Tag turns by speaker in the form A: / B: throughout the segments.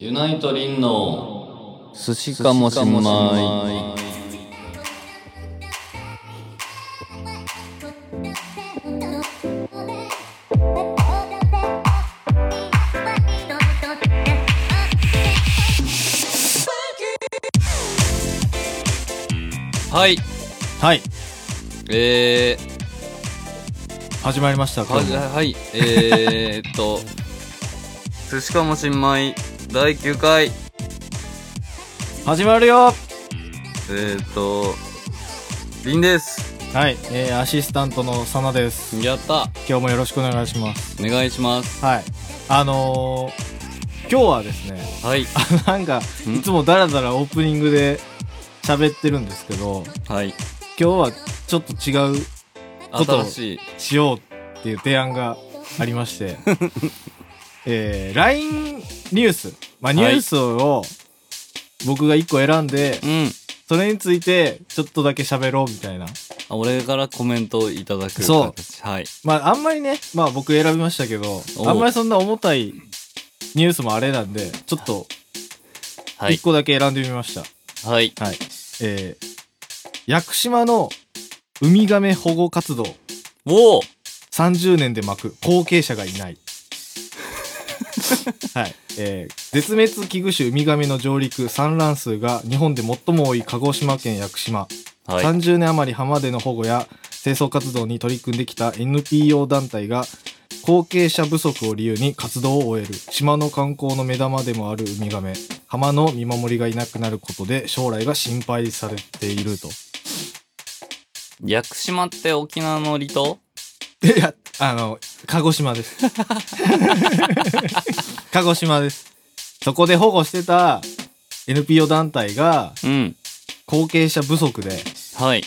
A: ユナイトリンの寿司かもしんないはい
B: はい、
A: え
B: 始まりました。
A: ー、は
B: 今日も
A: はいえーっと寿司かもしんない第9回
B: 始まるよ
A: えーっとリンです
B: はい、えー、アシスタントのサナです。
A: やった
B: 今日もよろしくお願いします。
A: お願いします
B: はい。あのー、今日はですね、
A: はい
B: あなんか、
A: ん
B: いつもダラダラオープニングで喋ってるんですけど、
A: はい
B: 今日はちょっと違う、
A: 新しい
B: しようっていう提案があり まして、えー、LINE ニュース、まあ、ニュースを僕が一個選んで、
A: うん
B: それについてちょっとだけ喋ろうみたいな。
A: あ俺からコメントをいただく形
B: そう
A: はい
B: まあ、あんまりね、まあ僕選びましたけど、
A: おう
B: あんまりそんな重たいニュースもあれなんで、ちょっと
A: は
B: 一
A: い
B: 個だけ選んでみました。
A: はい
B: はい。えー、屋久島のウミガメ保護活動、
A: おお
B: 30年で巻く後継者がい ない。はい。えー、絶滅危惧種ウミガメの上陸産卵数が日本で最も多い鹿児島県屋久島。
A: はい
B: 30年余り浜での保護や清掃活動に取り組んできた NPO 団体が後継者不足を理由に活動を終える島の観光の目玉でもあるウミガメ浜の見守りがいなくなることで将来が心配されていると
A: 屋久島って沖縄の離島
B: いやあの鹿児島です 鹿児島ですそこで保護してた NPO 団体が
A: うん
B: 後継者不足で
A: はい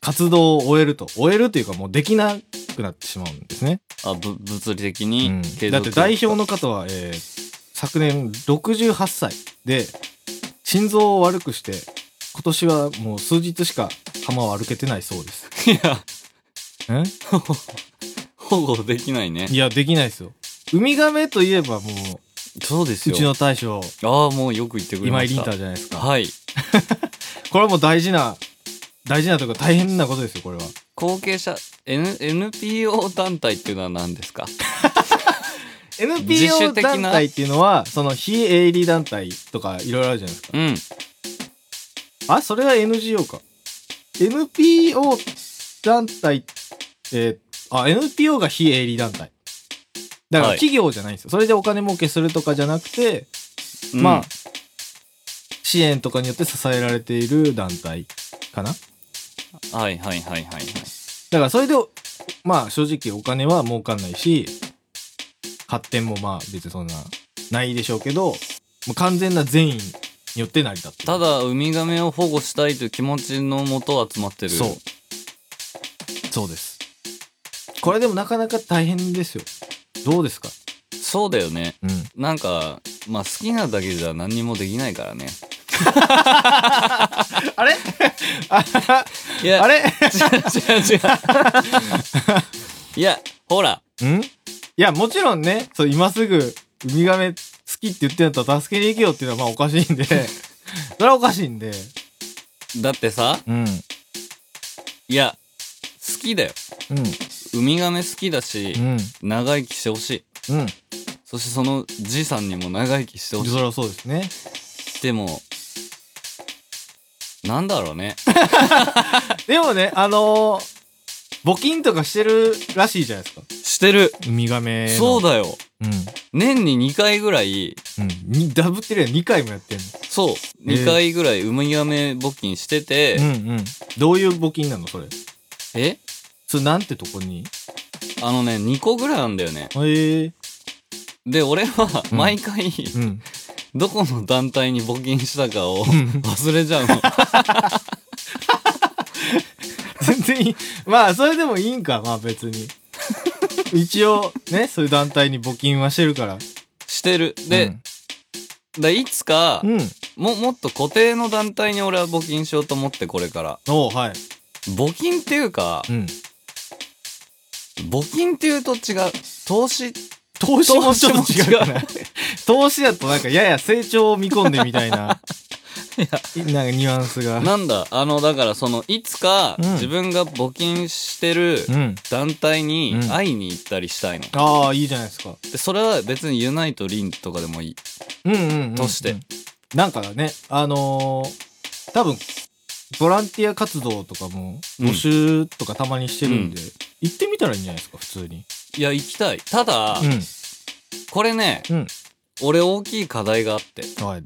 B: 活動を終えると終えるというかもうできなくなってしまうんですね
A: あぶ物理的
B: う
A: に
B: ん
A: 継続、
B: だって代表の方は、えー昨年68歳で心臓を悪くして今年はもう数日しか浜を歩けてないそうです。
A: いや
B: ん
A: 保護できないね
B: いやできないですよ。ウミガメといえばも
A: そうです
B: うう
A: よ
B: ちの大将
A: ああもうよく言ってくれ
B: 今
A: ま
B: 井
A: し
B: リン
A: た
B: ターじゃないですか。
A: はい
B: これはもう大事な大事なというか大変なことですよこれは。
A: 後継者、N、NPO 団体っていうのは何ですか主
B: NPO
A: 的な
B: 団体っていうのはその非営利団体とかいろいろあるじゃないですか。
A: うん
B: あ、それは NGO か。NPO 団体、えーあ、NPO が非営利団体。だから
A: はい
B: 企業じゃないんですよ。それでお金儲けするとかじゃなくて、
A: うん
B: まあ、支援とかによって支えられている団体かな。
A: はいはいはいはいはい
B: だからそれで、まあ正直お金は儲かんないし、発展もまあ別にそんなないでしょうけど、もう完全な善意によって成り立ってる
A: ただウミガメを保護したいという気持ちのもと集まってる
B: そうそうですこれでもなかなか大変ですよどうですか
A: そうだよね
B: うん
A: なんかまあ好きなだけじゃ何にもできないからね
B: あれあ
A: いや
B: あれ
A: 違う違う違ういやほら
B: んいやもちろんねそう今すぐウミガメ好きって言ってんだったら助けに行けよっていうのはまあおかしい んでそれはおかしいんで
A: だってさ
B: うんうん
A: いや好きだよウミガメ好きだし、
B: うん
A: 長生きしてほしい
B: うん
A: そしてそのじいさんにも長生きしてほし
B: それはそうですね
A: いでもなんだろうね
B: でもねあのー募金とかしてるらしいじゃないですか
A: してる
B: ウミガメの
A: そうだよ
B: うん
A: 年に2回ぐらい
B: うんにダブってるやん2回もやってんの
A: そう
B: えー
A: 2回ぐらいウミガメ募金してて、
B: うんうん。どういう募金なのそれ。
A: え
B: それなんてとこに
A: あのね2個ぐらいなんだよね
B: へえ。
A: で俺は
B: うん
A: 毎回、
B: うん。
A: どこの団体に募金したかを
B: ん
A: 忘れちゃう の
B: 全然いい。まあ、それでもいいんか。まあ別 に。一応、ね、そういう団体に募金はしてるから。
A: してるで、だいつか
B: うん。うん。
A: ももっと固定の団体に俺は募金しようと思ってこれから
B: おうはい。
A: 募金っていうか
B: うん。
A: 募金っていうと違う投資
B: 投資もちょっと違うかな。 投資だとなんかやや成長を見込んでみ たいな、
A: い
B: なんかニュアンスが。
A: なんだ、あの、だからその、いつか
B: うん
A: 自分が募金してる
B: うん。
A: 団体に
B: うん
A: 会いに行ったりしたいの。
B: ああ、いいじゃないですか。
A: で、それは別にユナイトリンとかでもいい。
B: うんうんうん、うん。
A: として。
B: なんかね、あのー多分、ボランティア活動とかも募集とかたまにしてるんで、行ってみたらいいんじゃないですか、普通に。
A: いや、行きたい。ただ、
B: う
A: これね、
B: うん
A: 俺大きい課題があって。
B: ん。はい。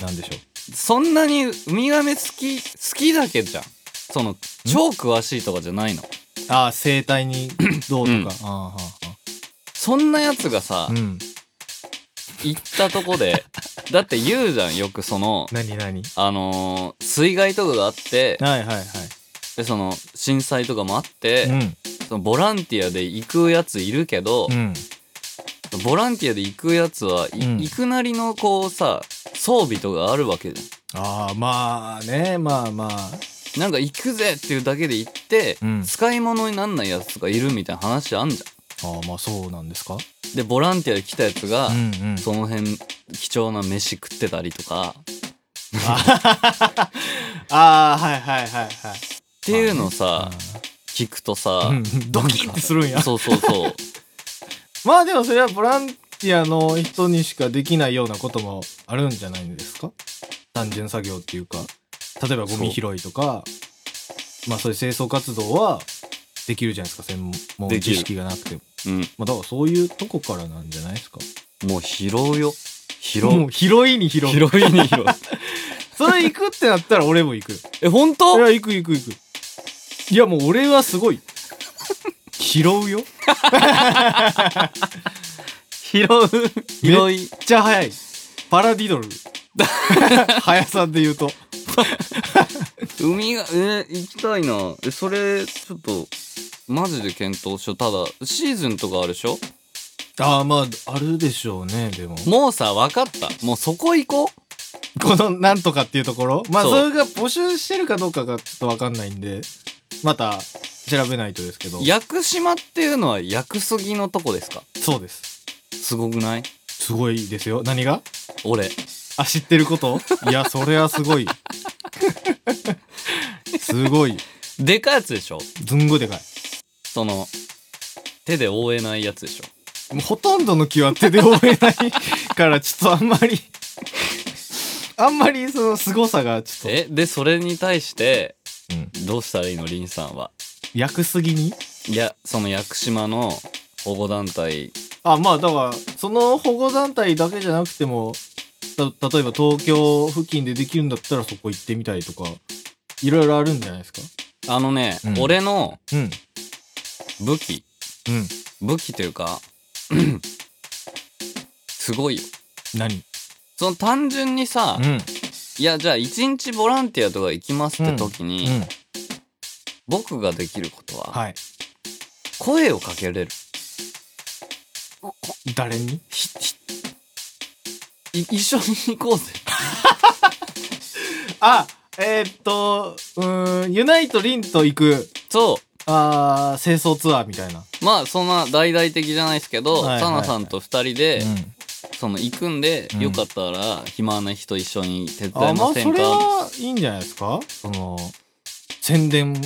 B: なんでしょ
A: そんなにウミガメ好き、好きだけじゃん。その、超詳しいとかじゃないの。
B: う。ああ、生態にどうとか。
A: うん
B: ああ、は
A: そんなやつが
B: あ
A: さ
B: はあ。う、ん。
A: 行ったとこで、だって言うじゃん、よくその、
B: なになに
A: あのー水害とかがあって、
B: はいはいはい。
A: で、その、震災とかもあって、
B: うん。
A: そのボランティアで行くやついるけど、
B: うん。
A: ボランティアで行くやつは、い
B: うん
A: 行くなりのこうさ、装備とかあるわけじ
B: ああ、まあね、まあまあ。
A: ゃん。なんか行くぜっていうだけで行って、
B: うん
A: 使い物になんないやつがいるみたいな話あんじゃ
B: ああ、まあそうなんですか
A: ん。で、ボランティアで来たやつが、
B: うんうん。
A: その辺、貴重な飯食ってたりとか、っ
B: ああ、はいはいはいはい。
A: ていうのを
B: あ
A: さ、聞くとさ、
B: うんドキッてするんや。
A: そうそう そう。
B: まあでもそれはボランティアの人にしかできないようなこともあるんじゃないんですか単純作業っていうか例えばゴミ拾いとかまあそういう清掃活動はできるじゃないですか専門
A: できる
B: 知識がなくても、
A: うん。
B: まあ、だからそういうとこからなんじゃないですか
A: もう拾うよ。拾
B: も
A: う
B: う。拾いに拾う
A: 拾いに拾う。
B: それ行くってなったら俺も行くい
A: え、本当
B: や行く行く行くいやもう俺はすごい拾うよ
A: 拾う。拾い。
B: めっちゃ速いパラディドル 速さで言うと
A: 海が、え、行きたいな。え、それ、ちょっと、マジで検討しよう。ただ、シーズンとかあるでしょ
B: ああ、まあ、あるでしょうね、でも。
A: もうさ、わかった。もうそこ行こう。
B: このなんとかっていうところまあ、
A: そう
B: それが募集してるかどうかがちょっとわかんないんで、また調べないとですけど。、
A: 屋久島っていうのは屋久杉のとこですか
B: そうです。
A: すごくない
B: すごいですよ。何が
A: 俺。
B: あ、知ってることいや、それはすごい。 すごい。
A: でかいやつでしょ
B: ずんごでかい。
A: その、手で覆えないやつでしょ
B: もうほとんどの木は手で覆えないから、ちょっとあんまり、あんまりその凄さがちょっ
A: え、で、それに対して、
B: と、うん。
A: どうしたらいいのリンさんは。
B: 役すぎに
A: いや、その屋久島の保護団体。
B: あまあだからその保護団体だけじゃなくてもた例えば東京付近でできるんだったらそこ行ってみたりとかいろいろあるんじゃないですか
A: あのね、
B: うん
A: 俺の
B: うん
A: 武器、
B: うん
A: 武器というか、 すごいよ。
B: 何
A: その単純にさ、
B: うん
A: いや、じゃあ一日ボランティアとか行きますって時に、
B: うん
A: 僕ができることは、
B: はい
A: 声をかけれる。
B: 誰に
A: ひひい一緒に行こうぜ。
B: あえーっとうーんユナイトリンと行く
A: そ
B: あー清掃ツアーみたいな
A: う。まあ、そんな大々的じゃないですけど、
B: はいはいはい
A: サナさんと二人で、その行くんで、
B: うん
A: よかったら暇な人一緒に手伝
B: あ
A: い
B: ま
A: ま
B: あ
A: せ
B: そ
A: ん
B: れ
A: か
B: はいいんじゃないですかその宣伝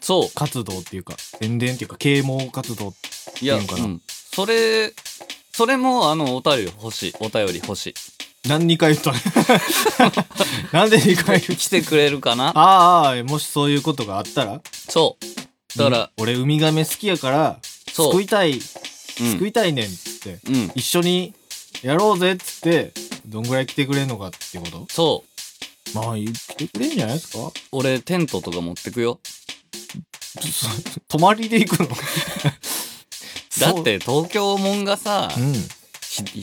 A: そ
B: 活動っていうか宣伝っていうか啓蒙活動
A: う。いや、
B: いいのかな
A: うん。それ、それも、あの、お便り欲しい。お便り欲しい。
B: 何2回言った なんで2回言っ た
A: 来てくれるかな
B: ああ、もしそういうことがあったら
A: そう。だから、
B: うん俺ウミガメ好きやから、
A: そう
B: 救いたい、
A: うん
B: 救いたいねんっつって、
A: うん。
B: 一緒にやろうぜっつって、どんぐらい来てくれんのかってこと
A: そう。
B: まあ、い来てくれんじゃないですか
A: 俺、テントとか持ってくよ。
B: そ泊まりで行 くの
A: だ
B: そ
A: っ
B: う
A: て、東京もんがさ、
B: うん。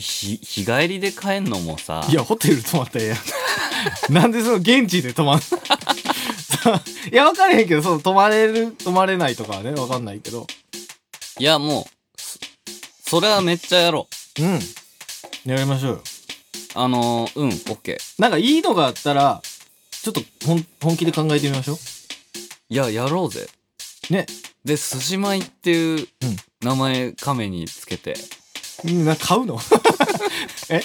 A: ひ、ひ、日帰りで帰んのもさ、
B: いや、ホテル泊まったらええやん。 なんでその現地で泊まんの そういや、わかれへんけど、その泊まれる、泊まれないとかはね、わかんないけど。
A: いや、もう、そそれはめっちゃやろう。
B: うん。やりましょうよ。
A: あのー、うん、オッケー。
B: なんかいいのがあったら、ちょっとほん本気で考えてみましょ
A: いや、やろうぜ。
B: う。ね。
A: で、すじまいっていう
B: うん
A: 名前、亀につけて、
B: うんな買うのえ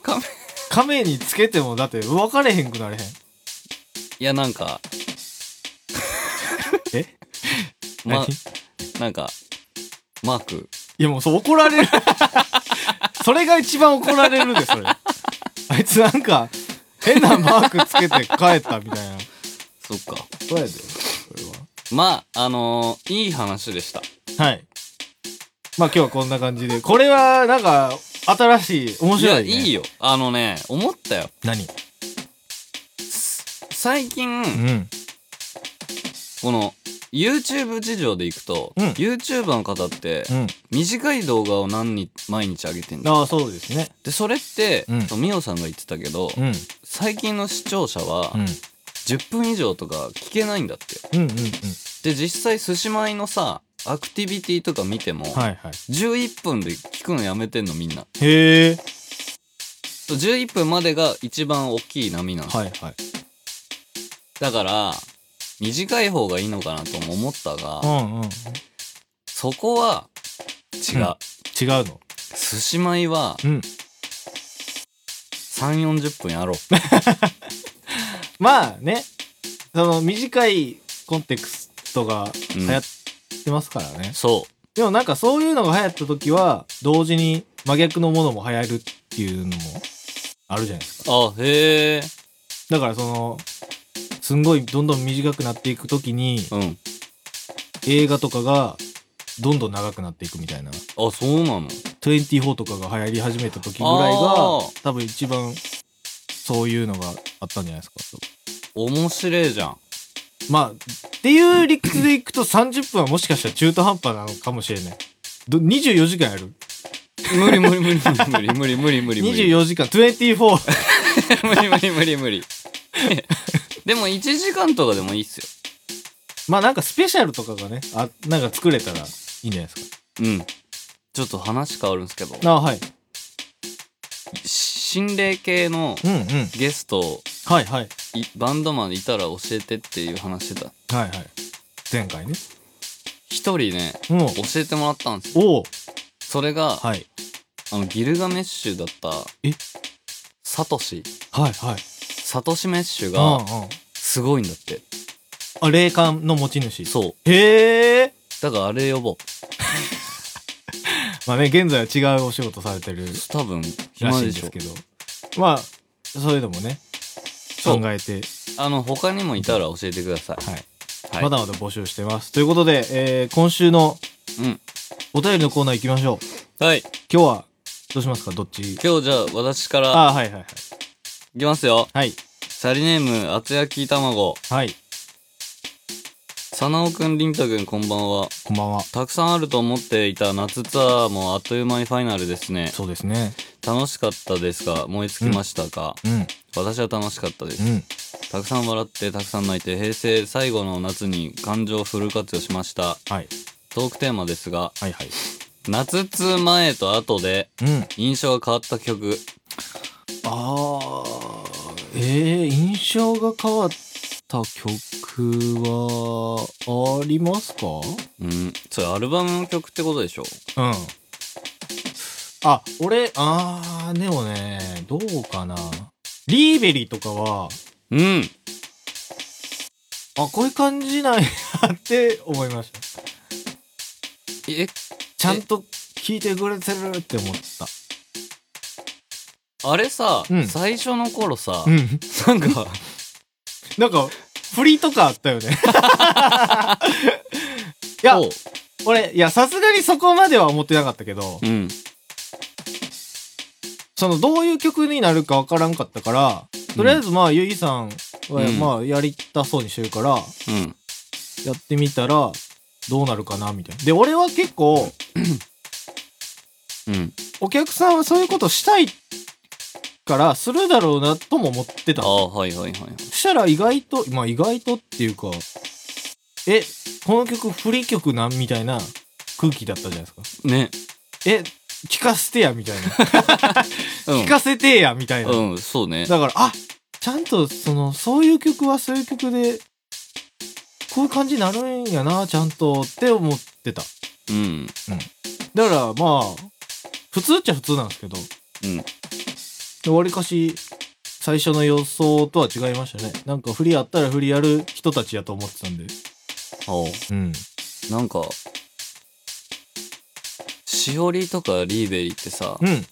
A: カメ
B: 亀につけてもだって分かれへんくなれへ ん
A: いやなんか
B: え
A: ま
B: 何
A: なんかマーク
B: いやもうそう怒られる それが一番怒られるでそれ あいつなんか変なマークつけて帰ったみたいな
A: そっか
B: そうやでそれは
A: まああのーいい話でした
B: はい。まあ今日はこんな感じで。これはなんか新しい、面白い、ね。
A: いやいいよあのね思ったよ
B: 何
A: 最近
B: うん。
A: この YouTube 事情でいくと、
B: うん
A: YouTuber の方って
B: うん。
A: 短い動画を何日毎日上げてんだ
B: ああ、そうですね。
A: でそれって、
B: うん
A: そうミオさんが言ってたけど、
B: うん。うん。
A: 最近の視聴者は
B: うん
A: 10分以上とか聞けないんだって
B: うんうん。
A: で実際寿司米のさアクティビティとか見ても、
B: はいはい。
A: 11分で聞くのやめてんのみんな
B: へえ。
A: そう11分までが一番大きい波なの、
B: はいはい。
A: だから短い方がいいのかなとも思ったが、
B: うんうん。違う
A: そこは違う、
B: うんの。
A: 寿司米は
B: うん。
A: 3 4 0分やろう
B: まあね、その短いコンテクストが流行ってますからね。
A: そ
B: でもなんかそういうのが流行った時は、同時に真逆のものも流行るっていうのもあるじゃないですか。
A: うあへえ
B: だからそのすんごいどんどん短くなっていくときに
A: うん
B: 映画とかがどんどん長くなっていくみたいな
A: あそうなの
B: 24とかが流行り始めた時ぐらいが
A: あー
B: 多分一番そういうのがあったんじゃないですか
A: 面白いじゃん
B: まあっていう理屈でいくと30分はもしかしたら中途半端なのかもしれないど24時間やる
A: 無理無理無理無理無理無理無理無理無理
B: 24時間24
A: 無理無理無理無理でも1時間とかでもいいっすよ
B: まあなんかスペシャルとかがねあなんか作れたらいいんじゃないです
A: うんちょっと話変わるんですけど
B: かあはい
A: 心霊系の
B: うんうん
A: ゲスト
B: はいはい
A: いバンドマンいたら教えてっていう話してた
B: はいはい前回ね
A: 一人ね
B: うん
A: 教えてもらったんですよ
B: おお
A: それが、
B: はい
A: あのギルガメッシュだった
B: え
A: サトシ
B: はいはい。
A: サトシメッシュ
B: うん
A: が
B: うん。
A: すごいんだって、
B: あ、霊感の持ち主。
A: そう
B: へえ。
A: だからあれ呼ぼう
B: まあね、現在は違うお仕事されてる
A: 多分
B: ら
A: 暇
B: しいん
A: で
B: で
A: しょ
B: すけど。まあ、そういうのもね、
A: そ
B: 考
A: う
B: えて、
A: あの他にもいたら教えてください、
B: はい。
A: はい、
B: まだまだ募集してます。ということで、えー今週の
A: うん
B: お便りのコーナー行きましょう。
A: はい
B: 今日は、どうしますかどっち
A: 今日じゃあ私から
B: ああ、はいはいはい。
A: いきますよ
B: はい。
A: シャリネーム厚焼き卵
B: はい。
A: 佐野くんりんたくんこんばんは
B: こんばんは。
A: たくさんあると思っていた夏ツアーもあっという間にファイナルですね
B: そうですね。
A: 楽しかったですが燃え尽きましたか、
B: うん。
A: 私は楽しかったです、
B: うん。
A: たくさん笑ってたくさん泣いて平成最後の夏に感情をフル活用しました
B: はい。
A: トークテーマですが
B: はいはい。
A: 夏ツ前と後で
B: うん。
A: 印象が変わった曲
B: あーえー、印象が変わった曲はありますか
A: うんそれアルバムの曲ってことでしょ
B: うんあ俺あーでもねどうかなリーベリーとかは
A: うん
B: あこういう感じなんやって思いました
A: え
B: ちゃんと聴いてくれてるって思った
A: あれさ、
B: うん
A: 最初の頃さ、
B: うん
A: なんか
B: なんか振りとかあった よねいや
A: こ
B: 俺いやさすがにそこまでは思ってなかったけど、
A: ううん
B: そのどういう曲になるかわからんかったからとりあえずまあゆいさんは、
A: うん
B: まあやりたそうにしてるから
A: うん
B: やってみたらどうなるかなみたいな。で俺は結構
A: うん
B: お客さんはそういうことしたいからするだろうなとも思ってた
A: あ。あはいはいはい
B: そしたら意外とまあ意外とっていうかえこの曲振り曲なんみたいな空気だったじゃないですか。
A: ね
B: え聞かせてやみたいな聞
A: う
B: かせてやみたいな。
A: ん、うん、そうね
B: だから、あちゃんと、その、そういう曲はそういう曲で、こういう感じになるんやな、ちゃんとって思ってた。
A: うん
B: だから、まあ、普通っちゃ普通なんですけど
A: うん
B: でわりかし最初の予想とは違いましたねなんか振りあったら振りやる人たちやと思ってたんで
A: お
B: うん
A: なんかしおりとかリーベリーってさ
B: うん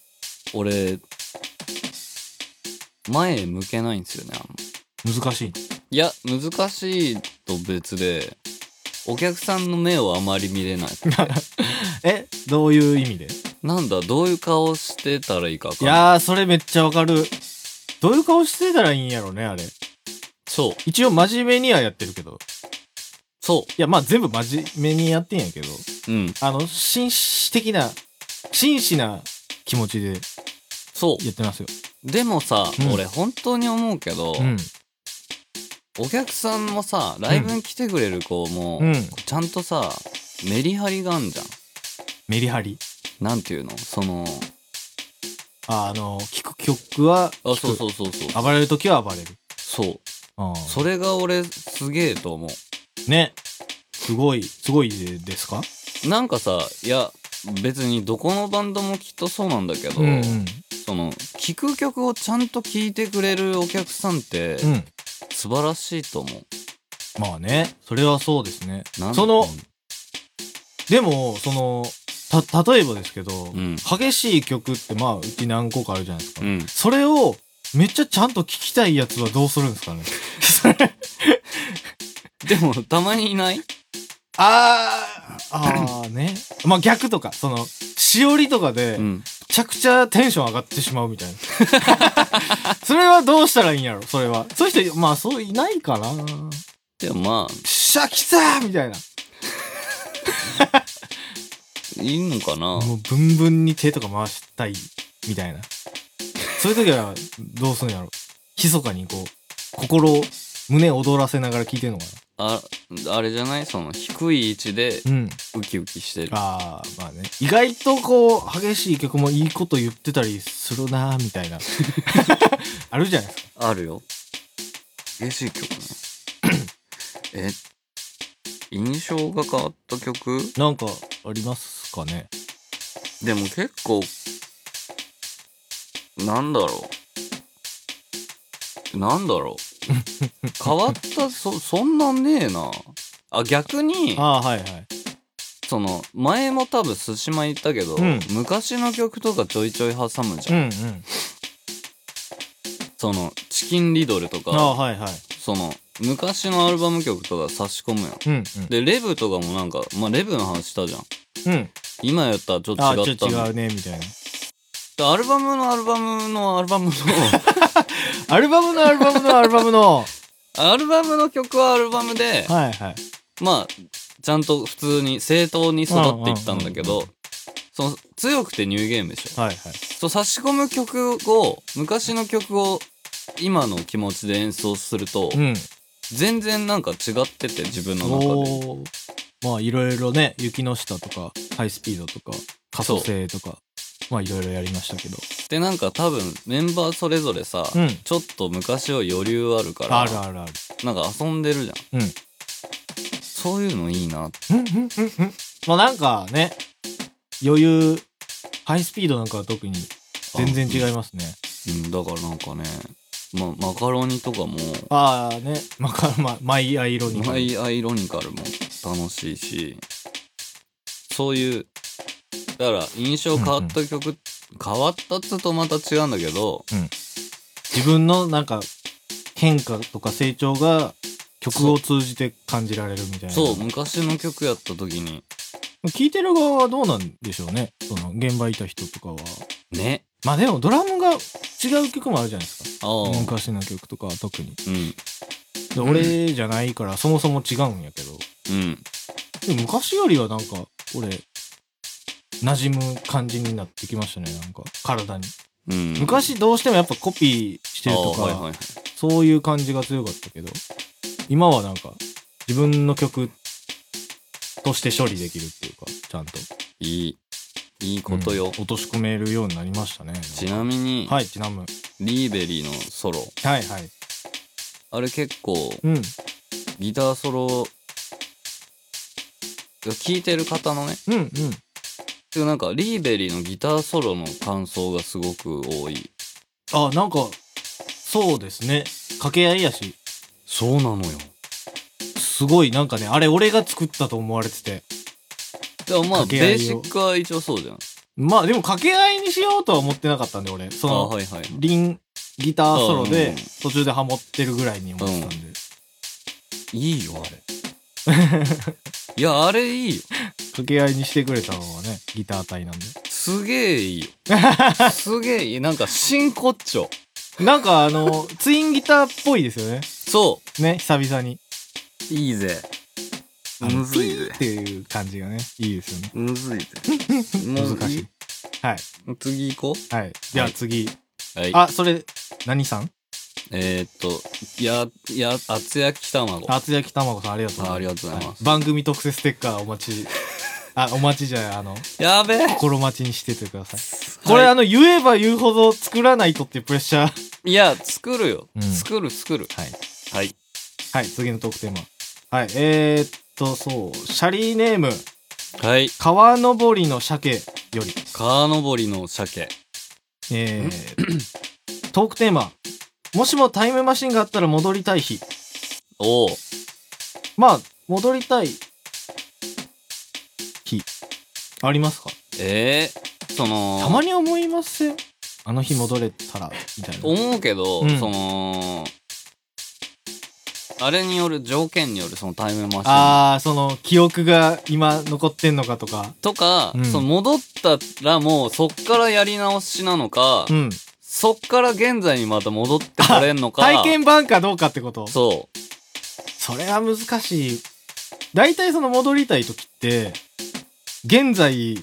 A: 俺前向けないんですよねあんま
B: 難しい
A: いや難しいと別でお客さんの目をあまり見れ ない
B: えどういう意味で
A: なんだどういう顔してたらいいか分か
B: い
A: んない
B: やーそれめっちゃわかるどういう顔してたらいいんやろねあれ
A: そう
B: 一応真面目にはやってるけど
A: そ
B: いやまあ全部真面目にやってんやけど
A: ううん
B: あの紳士的な真摯な気持ちで
A: そ
B: やってますよ
A: うでもさ、
B: うん
A: 俺本当に思うけど、
B: うん
A: お客さんもさライブに来てくれる子も、
B: うん
A: ちゃんとさメリハリがあんじゃん
B: メリハリ
A: なんていうのその
B: ああの聞く曲は
A: あそう
B: う
A: そうそうそう
B: 暴れる時は暴れる
A: そう
B: ああ
A: それが俺すげえと思
B: ねすごいすごいでですか
A: うなんかさいや別にどこのバンドもきっとそうなんだけど、
B: うんうん
A: その聴く曲をちゃんと聴いてくれるお客さんって
B: うん
A: 素晴らしいと思う。
B: まあねそれはそうですね
A: なん
B: そのでもそのた例えばですけど、
A: ん
B: 激しい曲ってまあうち何個かあるじゃないですか、
A: うん、
B: それをめっちゃちゃんと聞きたいやつはどうするんですか ねそれ
A: でもたまにいない
B: あーあーねまあ逆とかそのしおりとかで、
A: うん
B: めちゃくちゃテンション上がってしまうみたいな。 それはどうしたらいいんやろそれは。そういう人、まあそういないかな。
A: でもまあ
B: シャキたみたいな。
A: いいのかな
B: もうブンブンに手とか回したいみたいな。そういう時はどうすんやろ密かにこう、心を、胸躍らせながら聞いてんのか
A: ああれじゃないその低い位置で
B: な。うん。
A: ウキウキしてる。
B: ああ、まあね。意外とこう、激しい曲もいいこと言ってたりするなみたい な。あるじゃないですか。
A: あるよ。激しい 曲ね。え印象が変わった曲
B: なんかありますかね。
A: でも結構なんだろうなんだろう 変わったそそんなねえなあ逆に
B: ああ、はいはい。
A: その前も多分寿司前行ったけど、
B: うん
A: 昔の曲とかちょいちょい挟むじゃん、
B: んうん。
A: そのチキンリドルと
B: ああ
A: か
B: はいはい。
A: その昔のアルバム曲とか差し込むやん
B: うんうん。
A: でレブとかもなんかまあレブの話したじゃん
B: うん。
A: 今やったらちょっ
B: あ
A: と
B: ち
A: 違
B: ょっ
A: った
B: と
A: んだ
B: 違うね、みたいな。
A: でアルバムのアルバムのアルバムの
B: アルバムのアルバム のアルバムの。
A: アルバムの曲はアルバムで、
B: はいはい。
A: まあちゃんと普通に正当に育っていったんだけ
B: うん
A: ど、
B: うんうん
A: その強くてニューゲームでしょ、
B: はいはい。
A: そう差し込む曲を昔の曲を今の気持ちで演奏すると、
B: うん。
A: 全然なんか違ってて自分の中で
B: おーまあいろいろね、雪の下とか、ハイスピードとか、可塑性とか、まあいろいろやりましたけど。
A: でなんか多分メンバーそれぞれさ、
B: うん。
A: ちょっと昔は余裕あるから
B: あるあるある。
A: なんか遊んでるじゃん、
B: うん
A: そういうのいいな
B: うんうんうんうん。まあなんかね、余裕、ハイスピードなんかは特に全然違いますね。
A: うん、だからなんかね、ま、マカロニとかも
B: ああね、まあ、まあ、マイアイロニカル
A: マイアイロニカルも楽しいしそういうだから印象変わった曲、変わったっつうとまた違うんだけど
B: 自分のなんか変化とか成長が曲を通じて感じられるみたいな
A: そう昔の曲やった時に
B: 聞いてる側はどうなんでしょうねその現場いた人とかは
A: ね
B: まあでもドラムが違う曲もあるじゃないです
A: あ
B: か
A: あ
B: 昔の曲とかは特に
A: うん
B: で俺じゃないからそもそも違うんやけど
A: うん
B: でも昔よりはなんか俺馴染む感じになってきましたねなんか体に
A: うん
B: 昔どうしてもやっぱコピーしてると
A: ああはい
B: か
A: はいはい
B: そういう感じが強かったけど、今はなんか、自分の曲として処理できるっていうか、ちゃんと。
A: いいいいことよ、
B: うん落とし込めるようになりましたね。
A: ちなみに、
B: はい、ちなむ。
A: リーベリーのソロ
B: はいはい。
A: あれ結構
B: うん。
A: ギターソロ聴いてる方のね
B: うんうん。
A: 中なんかリーベリーのギターソロの感想がすごく多い
B: あなんかそうですね掛け合いやし
A: そうなのよ
B: すごいなんかねあれ俺が作ったと思われてて
A: でもまあ
B: 掛け合い
A: ベ
B: を
A: ーシックは一応そうじゃん
B: まあでも掛け合いにしようとは思ってなかったんで俺そ
A: あ
B: の
A: はいはい
B: リンギターソロ
A: う
B: で
A: ん
B: 途中でハモってるぐらいに思ってたんで、
A: いいよあれ いやあれいいよ
B: 掛け合いにしてくれたのはねギター隊なんです
A: げえ いいよすげえいいなんか真骨頂
B: なんか あのツインギターっぽいですよね
A: そ
B: ね久々に
A: ういいぜ
B: あの
A: むずいぜ
B: ピーっていう感じがねいいですよね
A: むずいぜ もう
B: 難しいはい
A: 次行こ
B: はいでは次、
A: うはい
B: あそれ何さん
A: えー、っとやや厚焼き卵
B: 厚焼き卵さんありがとう
A: あありがとうございます
B: 番組特設ステッカーお待 ちあお待ちじゃないあの
A: やべえ
B: 心待ちにしててくださいこれ、
A: は
B: あの言えば言うほど作らないとっていうプレッシャー
A: いいや作るよ、
B: うん
A: 作る作る
B: はい
A: はい
B: はい次のトークテーマはいえー、っとそうシャリーネーム
A: はい
B: 川登りの鮭より
A: 川登りの鮭
B: えー、トークテーマもしもタイムマシンがあったら戻りたい日
A: おお
B: まあ戻りたい日ありますか
A: えー、その
B: たまに思いませんあの日戻れたらみたいな
A: 思うけど、
B: うん
A: そのあれによる条件によるそのタイムマシン
B: あーその記憶が今残ってんのかとか
A: とか、
B: うん
A: その戻ったらもうそっからやり直しなのか、
B: うん
A: そっから現在にまた戻ってこれんのか
B: 体験版かどうかってことそ
A: そ
B: れは難しい大体その戻りたい時って現在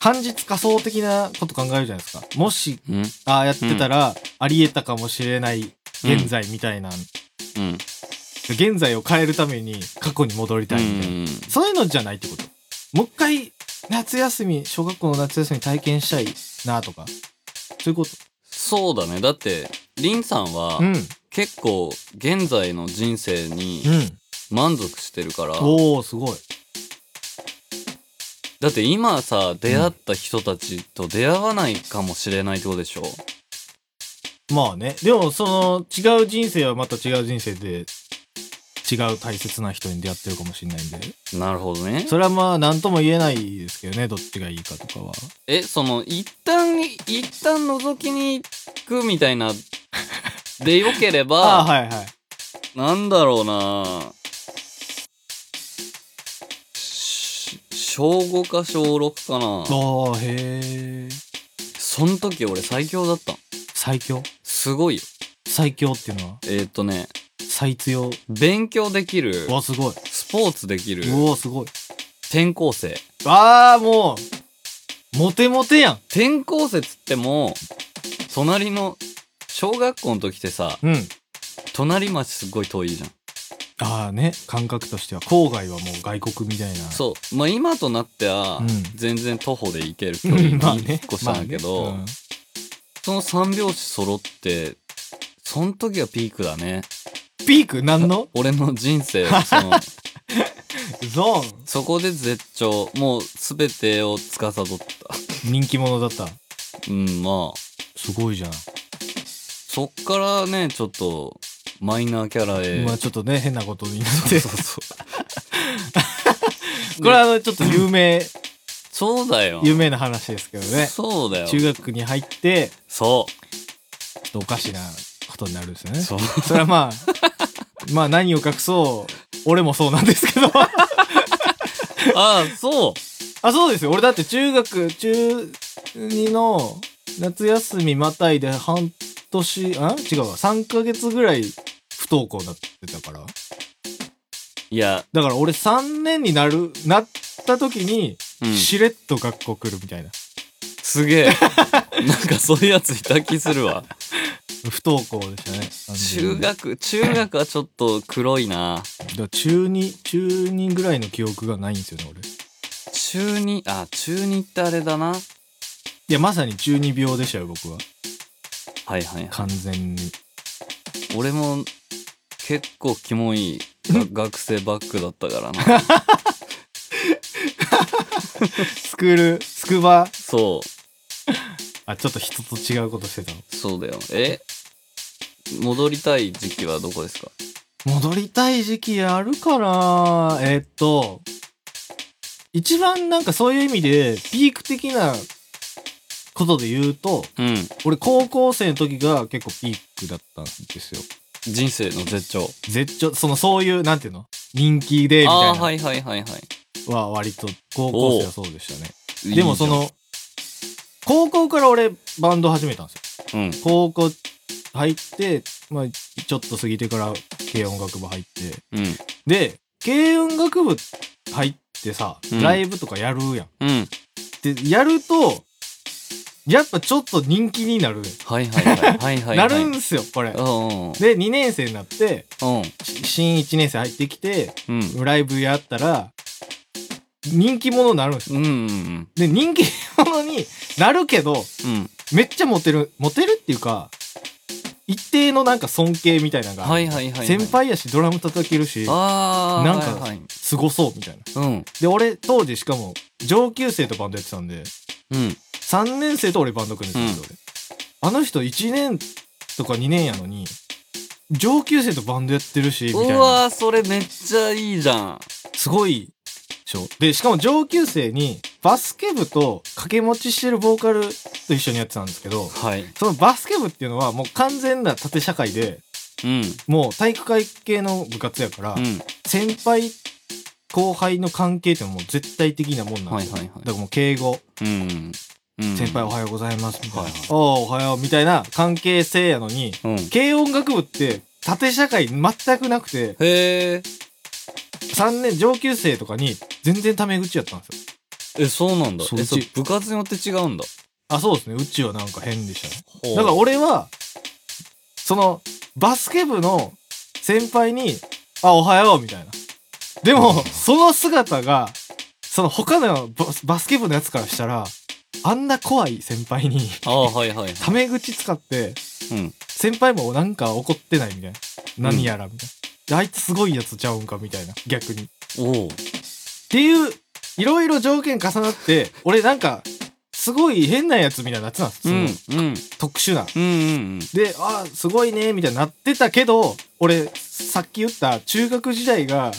B: 半日仮想的なこと考えるじゃないですかもし
A: ううん
B: ああやってたら、ありえたかもしれない現在みたいな、
A: うん
B: 現在を変えるために過去に戻りたいみたい
A: う
B: な、
A: ん
B: そういうのじゃないってこともう一回夏休み小学校の夏休み体験したいなとかそういうこと
A: そうだねだってリンさんは
B: うんうん
A: 結構現在の人生に満足してるから、
B: おおすごい
A: だって今さ出会った人たちと出会わないかもしれないってことでしょ
B: まあねでもその違う人生はまた違う人生で違う大切な人に出会ってるかもしれないんで
A: なるほどね
B: それはまあ何とも言えないですけどねどっちがいいかとかは
A: えその一旦一旦覗きに行くみたいな でよければ、
B: ああーはいはい
A: なんだろうなし小5か小6かな
B: ああへえ
A: そん時俺最強だったの
B: 最強
A: すごいよ
B: 最強っていうのは
A: えーっ、とね
B: 最強
A: 勉強できる
B: うわすごい
A: スポーツできる
B: うわすごい
A: 転校生
B: ああもうモテモテやん
A: 転校生っつっても隣の小学校の時ってさ
B: うん
A: 隣町すっごい遠いじゃん
B: ああね感覚としては郊外はもう外国みたいな
A: そうまあ今となっては、
B: うん
A: 全然徒歩で行ける距
B: う
A: 離に
B: ん まあ
A: 引っ
B: ね
A: 越したんだけど、
B: まあね
A: その三拍子揃ってその時がピークだね
B: うんピーク何の
A: 俺の人生そ の
B: ゾ
A: そこで絶頂もう全てを司った
B: ーン人気者だった
A: うんまあ
B: すごいじゃん、
A: そっからねちょっとマイナーキャラへ、
B: まあちょっとね変なことになっ
A: そう
B: て
A: そうそう
B: これはあのちょっと有名
A: そうだよ
B: 有名な話ですけどね
A: そうだよ
B: 中学に入って
A: そ
B: ちょっとおかしなことになるんですよ
A: う
B: ね
A: そう
B: それはまあまあ何を隠そう俺もそうなんですけど
A: ああそう
B: あそうですよ俺だって中学中2の夏休みまたいで半年あ違うわ3ヶ月ぐらい不登校になってたから
A: いや、
B: だから俺3年になるなった時に、
A: うん、
B: しれっと学校来るみたいな
A: すげえ なんかそういうやついた気するわ
B: 不登校でしたね完全
A: 中
B: に
A: 学中学はちょっと黒いな
B: だから中2中2ぐらいの記憶がないんですよね俺い
A: 中二あ中二ってあれだなはい
B: やまさに中2病でしたよ僕は
A: はいはい
B: 完全に
A: 俺も結構キ モいが学生バックだったからな
B: スクール、スクバ、
A: そ
B: あ、ちょっと人と違うことしてたの。
A: う、そうだよ。え戻りたい時期はどこですか
B: 戻りたい時期あるかなえーっと、一番なんかそういう意味で、ピーク的なことで言うと、
A: うん。
B: 俺高校生の時が結構ピークだったんですよ。
A: 人生の絶頂。
B: 絶頂、そのそういう、なんていうの人気で、みた
A: ああ
B: い
A: ー、はいはいはいはい。
B: なは割と高校生はそうでしたね。
A: いいじゃん
B: でもそ、の、高校から俺バンド始めたんですよ。
A: うん。
B: 高校入って、まあ、ちょっと過ぎてから軽音楽部入って。
A: うん。
B: で、軽音楽部入ってさ、
A: うん
B: ライブとかやるやん。
A: うん。
B: で、やると、やっぱちょっと人気になる。
A: はいはいはい。はいはい、はい。
B: なるんすよ、これ
A: う。んうん。
B: で、2年生になって、
A: うん。
B: し新1年生入ってきて、
A: うん。
B: ライブやったら、人気者になるんですよ。
A: うんうん
B: で、人気者になるけど、
A: うん。
B: めっちゃモテる、モテるっていうか、一定のなんか尊敬みたいなのがある、
A: はいはいはいはい
B: 先輩やしドラム叩けるし、
A: ああ、
B: なんか
A: はいはい、
B: すごそうみたいな。
A: うん。
B: で、俺当時しかも上級生とバンドやってたんで、
A: うん。
B: 3年生と俺バンド組んでたんですよ、俺。あの人1年とか2年やのに、上級生とバンドやってるし、み
A: う
B: たいな。
A: わー、それめっちゃいいじゃん。
B: すごいでしょ。で、しかも上級生にバスケ部と掛け持ちしてるボーカルと一緒にやってたんですけど、
A: はい。
B: そのバスケ部っていうのはもう完全な縦社会で、
A: うん。
B: もう体育会系の部活やから、
A: うん。
B: 先輩後輩の関係ってもう絶対的なもんなんですよ、
A: はいはいはい
B: だからもう敬語、
A: うん。うん。
B: 先輩おはようございますみたい
A: は
B: な、
A: いはい
B: おおおはようみたいな関係性やのに
A: うん。
B: 軽音楽部って縦社会全くなくて
A: へえ。
B: 3年上級生とかに全然タメ口やったんですよ
A: え、そうなんだ。
B: そっち
A: え、そう、部活によって違うんだ。
B: あそうですねうちはなんか変でしたね
A: ほう
B: だから俺はそのバスケ部の先輩に「あおはよう」みたいなでもその姿がその他のバスバスケ部のやつからしたらあんな怖い先輩に
A: ああ、はいはいはい。
B: タメ口使って
A: うん。
B: 先輩もなんか怒ってないみたいな何やらみたいな、であいつすごいやつちゃうんかみたいな逆にっ
A: おう。
B: ていういろいろ条件重 なって俺なんかすごい変なやつみたいになってたんです
A: う
B: よ、
A: ん。
B: その
A: うん。
B: 特殊な
A: うんうん
B: で、あーすごいね、みたいになってたけど、俺、さっき言った中学時代が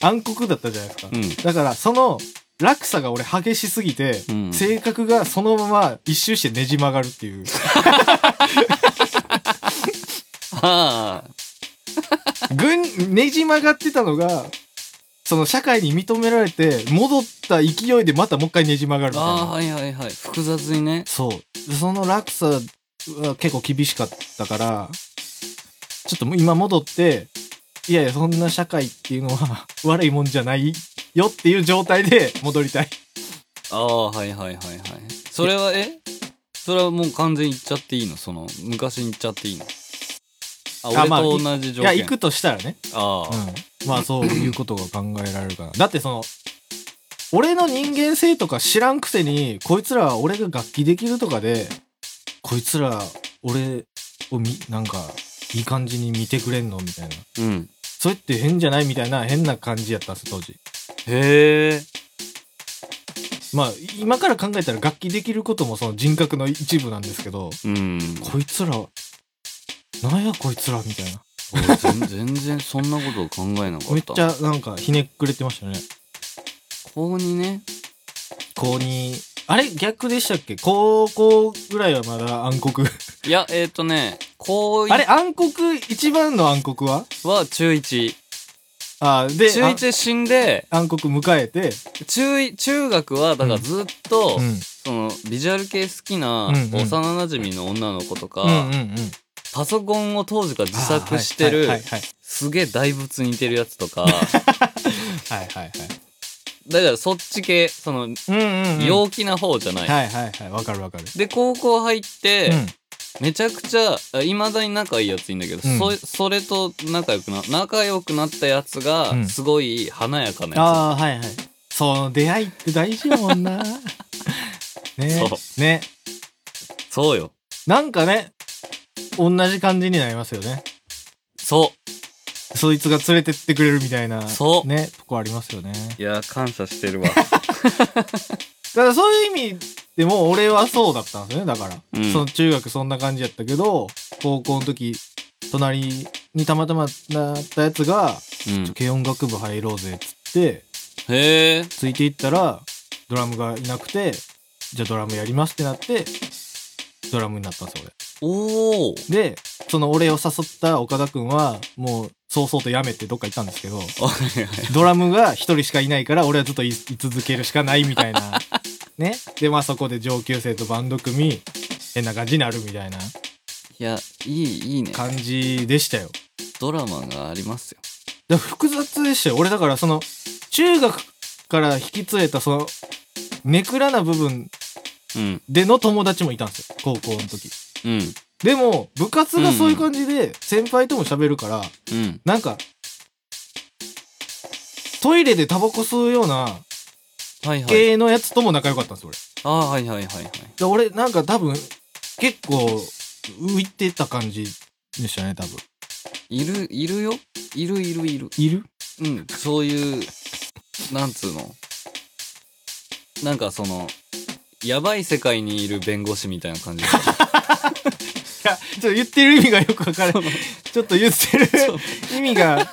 B: 暗黒だったじゃないですか。
A: うん。うん。
B: だから、その落差が俺激しすぎて、
A: うん
B: 性格がそのまま一周してねじ曲がるっていう
A: ああ。
B: ぐんねじ曲がってたのがその社会に認められて戻った勢いでまたもう一回ねじ曲がるみたい
A: ああ、
B: な
A: はいはいはい。複雑にね。
B: そうその落差は結構厳しかったからちょっともう今戻っていやいやそんな社会っていうのは 悪いもんじゃないよっていう状態で戻りたい
A: ああ、はいはいはいはい。それは、えそれはもう完全に行っちゃっていいのその、昔に行っちゃっていいのあ、
B: あ
A: 俺
B: まあ
A: と同じ
B: い
A: 条
B: や
A: 件。
B: 行くとしたらね、
A: ああ。
B: うん、まあそういうことが考えられるかなだってその俺の人間性とか知らんくせにこいつらは俺が楽器できるとかでこいつら俺をみなんかいい感じに見てくれんのみたいな
A: うん。
B: それって変じゃないみたいな変な感じやったんです当時
A: へえ。
B: まあ今から考えたら楽器できることもその人格の一部なんですけど
A: うん。
B: こいつらなんやこいつらみたいな
A: 俺全全然そんなことを考えなかった。
B: めっちゃなんかひねくれてましたね
A: 高にね。
B: 高にあれ逆でしたっけ高校ぐらいはまだ暗黒
A: いや、えっ、ー、とね、高
B: あれ
A: 1
B: 暗黒一番の暗黒は
A: は中1。
B: あーで
A: 中1で死んで、
B: あ暗黒迎えて
A: 中一、中学は、だからずっと、
B: うん
A: その、ビジュアル系好きな
B: うんうん
A: 幼馴染みの女の子とか、
B: うんうんうん
A: パソコンを当時から自作してる、
B: あーはいはい
A: すげえ大仏似てるやつと か、
B: はいはいはいはい
A: だからそっち系、その、
B: うんうんうん
A: 陽気な方じゃない。
B: はいはいはいわかるわかる
A: で、高校入って、
B: うん
A: めちゃくちゃ、いまだに仲いいやついいんだけど、
B: うん
A: そそれと仲良くな、仲良くなったやつ
B: う
A: が、
B: ん
A: すごい華やかなや
B: ああはいはいその出会いって大事やもんなね
A: そ
B: ね
A: つ。そうよ。
B: なんかね同じ感じになりますよね
A: そ
B: そいつが連れてってくれるみたいな、
A: そう
B: ね、とこありますよね。
A: いやー感謝してるわ
B: だからそういう意味でも俺はそうだったんですよねだから、
A: うん
B: その中学そんな感じやったけど高校の時隣にたまたまなったやつが
A: うん
B: 「軽音楽部入ろうぜ」っつって
A: へえ
B: ついていったらドラムがいなくてじゃあドラムやりますってなってドラムになったんですよ
A: おお
B: 俺でその俺を誘った岡田くんはもう早々とやめてどっか行ったんですけどドラムが一人しかいないから俺はずっとい居続けるしかないみたいなねでまあそこで上級生とバンド組み変な感じになるみたいない
A: やいいいいね
B: 感じでしたよ
A: ドラマがありますよ
B: だから複雑でしたよ俺だからその中学から引き継いだそのネクラな部分
A: うん
B: での友達もいたんですよ高校の時
A: うん
B: でも部活がそういう感じで先輩とも喋るから、
A: うん
B: なんかトイレでタバコ吸うような
A: はいはい
B: 系のやつとも仲良かったんですよ俺
A: ああはいはいはいはい
B: で俺なんか多分結構浮いてた感じでしたね多分
A: いるいるよいるいるいる
B: いる
A: うんそういうなんつうのなんかそのやばい世界にいる弁護士みたいな感じ
B: いやちょっと言ってる意味がよくわからないちょっと言ってる
A: そう
B: 意味が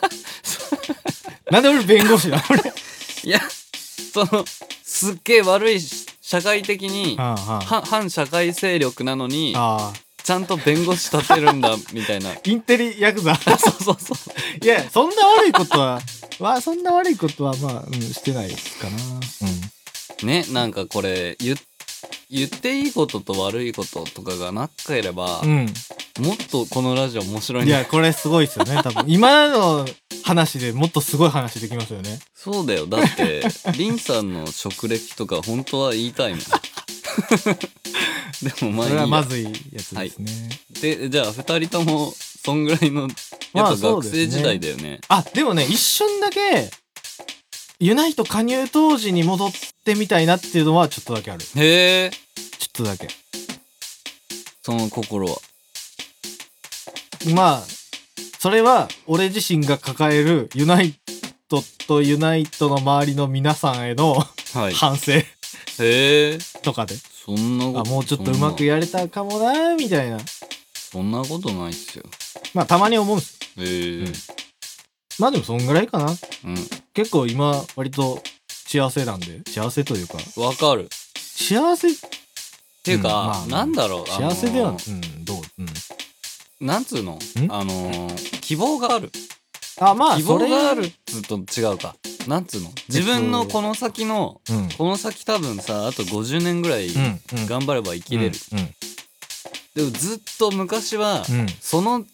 B: なんで俺弁護士 だ俺
A: いやそのすっげえ悪いし社会的に
B: ああ
A: は反社会勢力なのに
B: ああ
A: ちゃんと弁護士立てるんだみたいな
B: インテリヤクザ
A: そうそうそう
B: いやそんな悪いことはまあそんな悪いことはまあ、うん、してないかなう
A: ねなんかこれ言言っていいことと悪いこととかがなければ、
B: ん、
A: もっとこのラジオ面白
B: う
A: い
B: ん、いや
A: ね
B: これすごいです よね多分今の話でもっとすごい話できますよね
A: そうだよだってリンさんの職歴とか本当は言いたいもんでもまあいい
B: それは
A: や
B: まずいやつですね、
A: でじゃあ2人ともそんぐらいのや
B: ま
A: っぱ
B: あそう
A: 学
B: ですね
A: 生時代だよね,、
B: あ、でもね、一瞬だけ、ユナイト加入当時に戻ってみたいなっていうのはちょっとだけある。ちょ
A: へえ
B: っとだけ。
A: その心は
B: まあ、それは俺自身が抱えるユナイトとユナイトの周りの皆さんへの
A: はい
B: 反省
A: へえ
B: とかで、
A: そんなこと
B: あ、もうちょっとうまくやれたかもなみたいな。
A: そんなそんなことないっすよ
B: まあ、たまに思うんです。
A: へえ
B: まあでもそんぐらいかな。
A: うん
B: 結構今、割と幸せなんで、幸せというか、
A: わかるっ
B: 幸せ、
A: ていうか、
B: うんま
A: な
B: あ
A: んだろうあの
B: 幸せでは、うん、どう、うん。
A: なんつうの
B: ん
A: あのー希望がある
B: あ、まあ、
A: 希
B: そ
A: 望
B: れ
A: があるっつうと違うかなんつうの自分のこの先の
B: うん。
A: この先多分さあと50年ぐらい
B: うん
A: 頑張れば生きれる、
B: う
A: でもずっと昔は、
B: んうんうん
A: その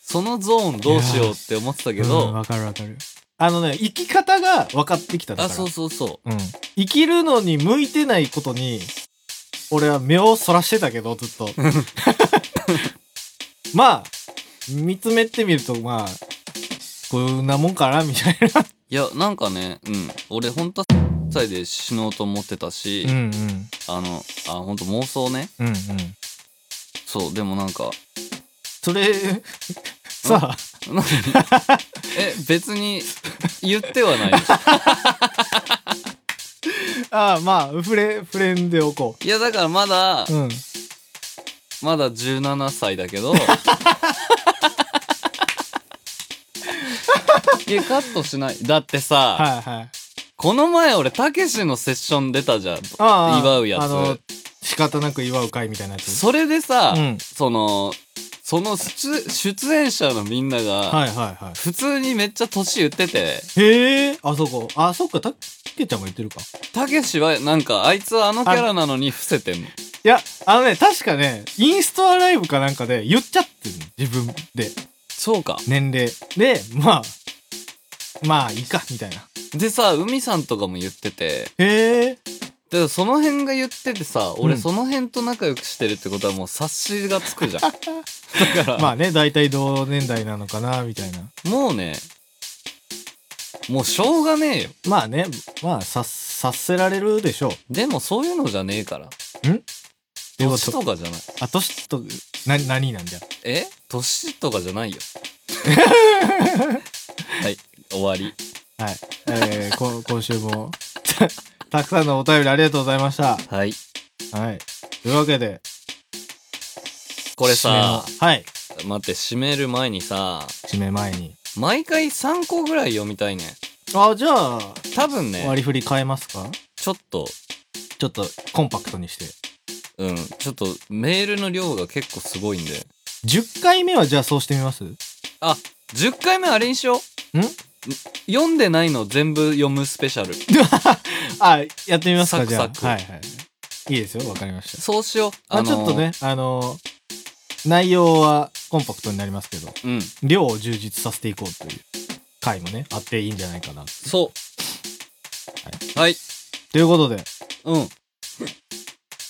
A: そのゾーンどうしようって思ってたけ
B: うん
A: ど、
B: わかるわかるあのね生き方が分かってきただ
A: あ
B: から
A: そうそうそう
B: うん、生きるのに向いてないことに俺は目をそらしてたけどずっと まあ見つめてみるとまあこんなもんかなみたいない
A: やなんかねうん俺ほんと歳で死のうと思ってたし、
B: んうん
A: あのあほんと妄想ね
B: うんうん
A: そうでもなん か
B: それさあ
A: 何え別に言ってはない
B: ああまあフレフレンでおこ
A: いやだからまだ、
B: ううん
A: まだ17歳だけどいやカットしないだってさ、
B: はいはい
A: この前俺たけしのセッション出たじゃん
B: ああ
A: 祝うやつ
B: あの仕方なく祝う会みたいなやつ
A: それでさ、
B: うん
A: そのその出出演者のみんなが
B: はいはいはい
A: 普通にめっちゃ年言ってて
B: へえ、あそこ。あ、そっか、たけちゃんも言ってるか。
A: たけしはなんかあいつはあのキャラなのに伏せてんの
B: いや、あのね、確かね、インストアライブかなんかで言っちゃってるの。自分で。
A: そうか
B: 年齢。で、まあ、まあ、いいか、みたいな。
A: でさ海さんとかも言ってて
B: へえ。
A: でその辺が言っててさ俺
B: うん
A: その辺と仲良くしてるってことはもう察しがつくじゃんだから、
B: まあね、大体同年代なのかな、みたいな。
A: もうねもうしょうがねえよ
B: まあね、まあ、さ、させられるでしょう。
A: でもそういうのじゃねえから
B: でも、
A: 年とかじゃない
B: あ、年と、な、何なんじゃ。
A: え年とかじゃないよはい、終わり。
B: はい。えー、こ今週も、 たくさんのお便りありがとうございました。
A: はい。
B: はい。というわけで、
A: これさ、
B: 締めのはい。
A: 待って、締める前にさ、
B: 締め前に。
A: 毎回3個ぐらい読みたいね。
B: あ、じゃあ、
A: 多分ね、
B: 割り振り変えますか
A: ちょっと、
B: ちょっとコンパクトにして。
A: うん、ちょっとメールの量が結構すごいんで。
B: 10回目はじゃあそうしてみます
A: あ、10回目あれにしよう。
B: ん
A: 読んでないの全部読むスペシャル。
B: あ、やってみますか
A: サク
B: じゃあ。
A: サク
B: はいはい。いいですよ。わかりました。
A: そうしよう。
B: まあ、ち
A: の
B: ょっと。ね、あのー内容はコンパクトになりますけど、
A: うん。
B: 量を充実させていこうという回もね、あっていいんじゃないかな。
A: そう。はい。
B: ということで、
A: うん。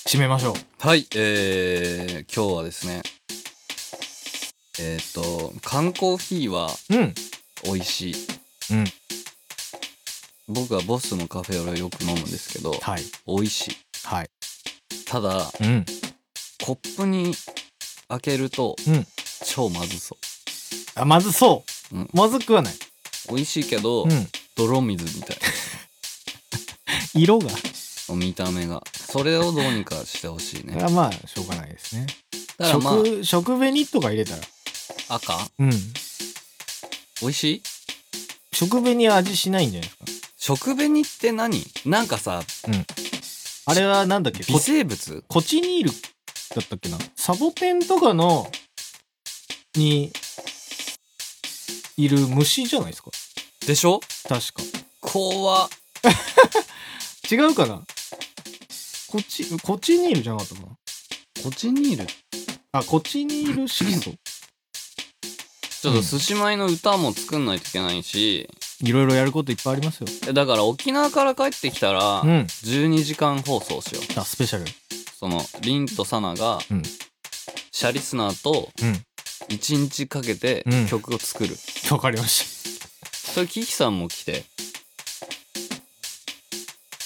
B: 締めましょう。
A: はい。えー、今日はですね。えっ、と、缶コーヒーは
B: うん。
A: 美味しい。
B: うん。
A: 僕はボスのカフェオレをよく飲むんですけど、
B: はい。
A: 美味しい。
B: はい。
A: ただ、
B: うん。
A: コップに開けると、
B: うん
A: 超まずそ
B: あ、まずそう。
A: うん
B: まずくはない。
A: う。美味しいけど、
B: うん。
A: 泥水みたい
B: 色が。
A: な見た目が。それをどうにかしてほしいね。
B: これはまあ、しょうがないですね。
A: だからま
B: 食、食紅とか入れたら。
A: あ、赤
B: うん。
A: 美味しい
B: 食紅は味しないんじゃないですか。
A: 食紅って何なんかさ、
B: あれはなんだっけ
A: 微
B: コ
A: 生物
B: コチニールだったっけなサボテンとかの、に、いる虫じゃないですか
A: でしょ
B: 確か。
A: 怖っ
B: 違うかなコチ、コチニールじゃなかったかな
A: コチニール
B: あ、コチニール 色素。
A: ちょっと寿司米の歌も作んないといけないし、
B: いろいろやることいっぱいありますよ。
A: だから沖縄から帰ってきたら、
B: うん。
A: 12時間放送しよう。
B: あ、スペシャル。
A: その、リンとサナが、
B: うん
A: シャリスナーと
B: うん。
A: 1日かけて
B: うん
A: 曲を作る。
B: わかりまし
A: それキキさんも来て。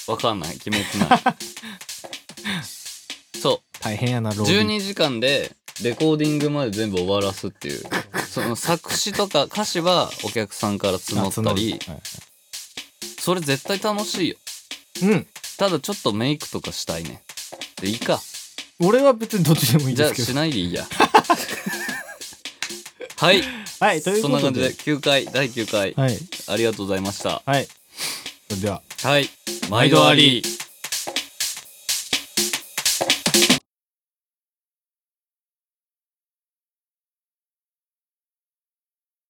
A: わかんない。決めて ない。そ
B: た。大変やな、
A: う。
B: ローリー。
A: 12時間でレコーディングまで全部終わらすっていう。その作詞とか歌詞はお客さんから募 ったり、
B: あ
A: それ絶対楽しいよ。
B: 募るはい
A: ただちょっとメイクとかしたいね。で、いいか。
B: うん。俺は別にどっちでもいい
A: じ
B: で
A: ゃ
B: す
A: あ
B: け
A: し
B: ど。
A: ないで いいや。はい。
B: はい、とい
A: そ
B: うこ
A: んな
B: と
A: 感じで
B: で。
A: 9回、第9回、
B: はい。
A: ありがとうございました。
B: はい。それでは。
A: はい。毎度あり。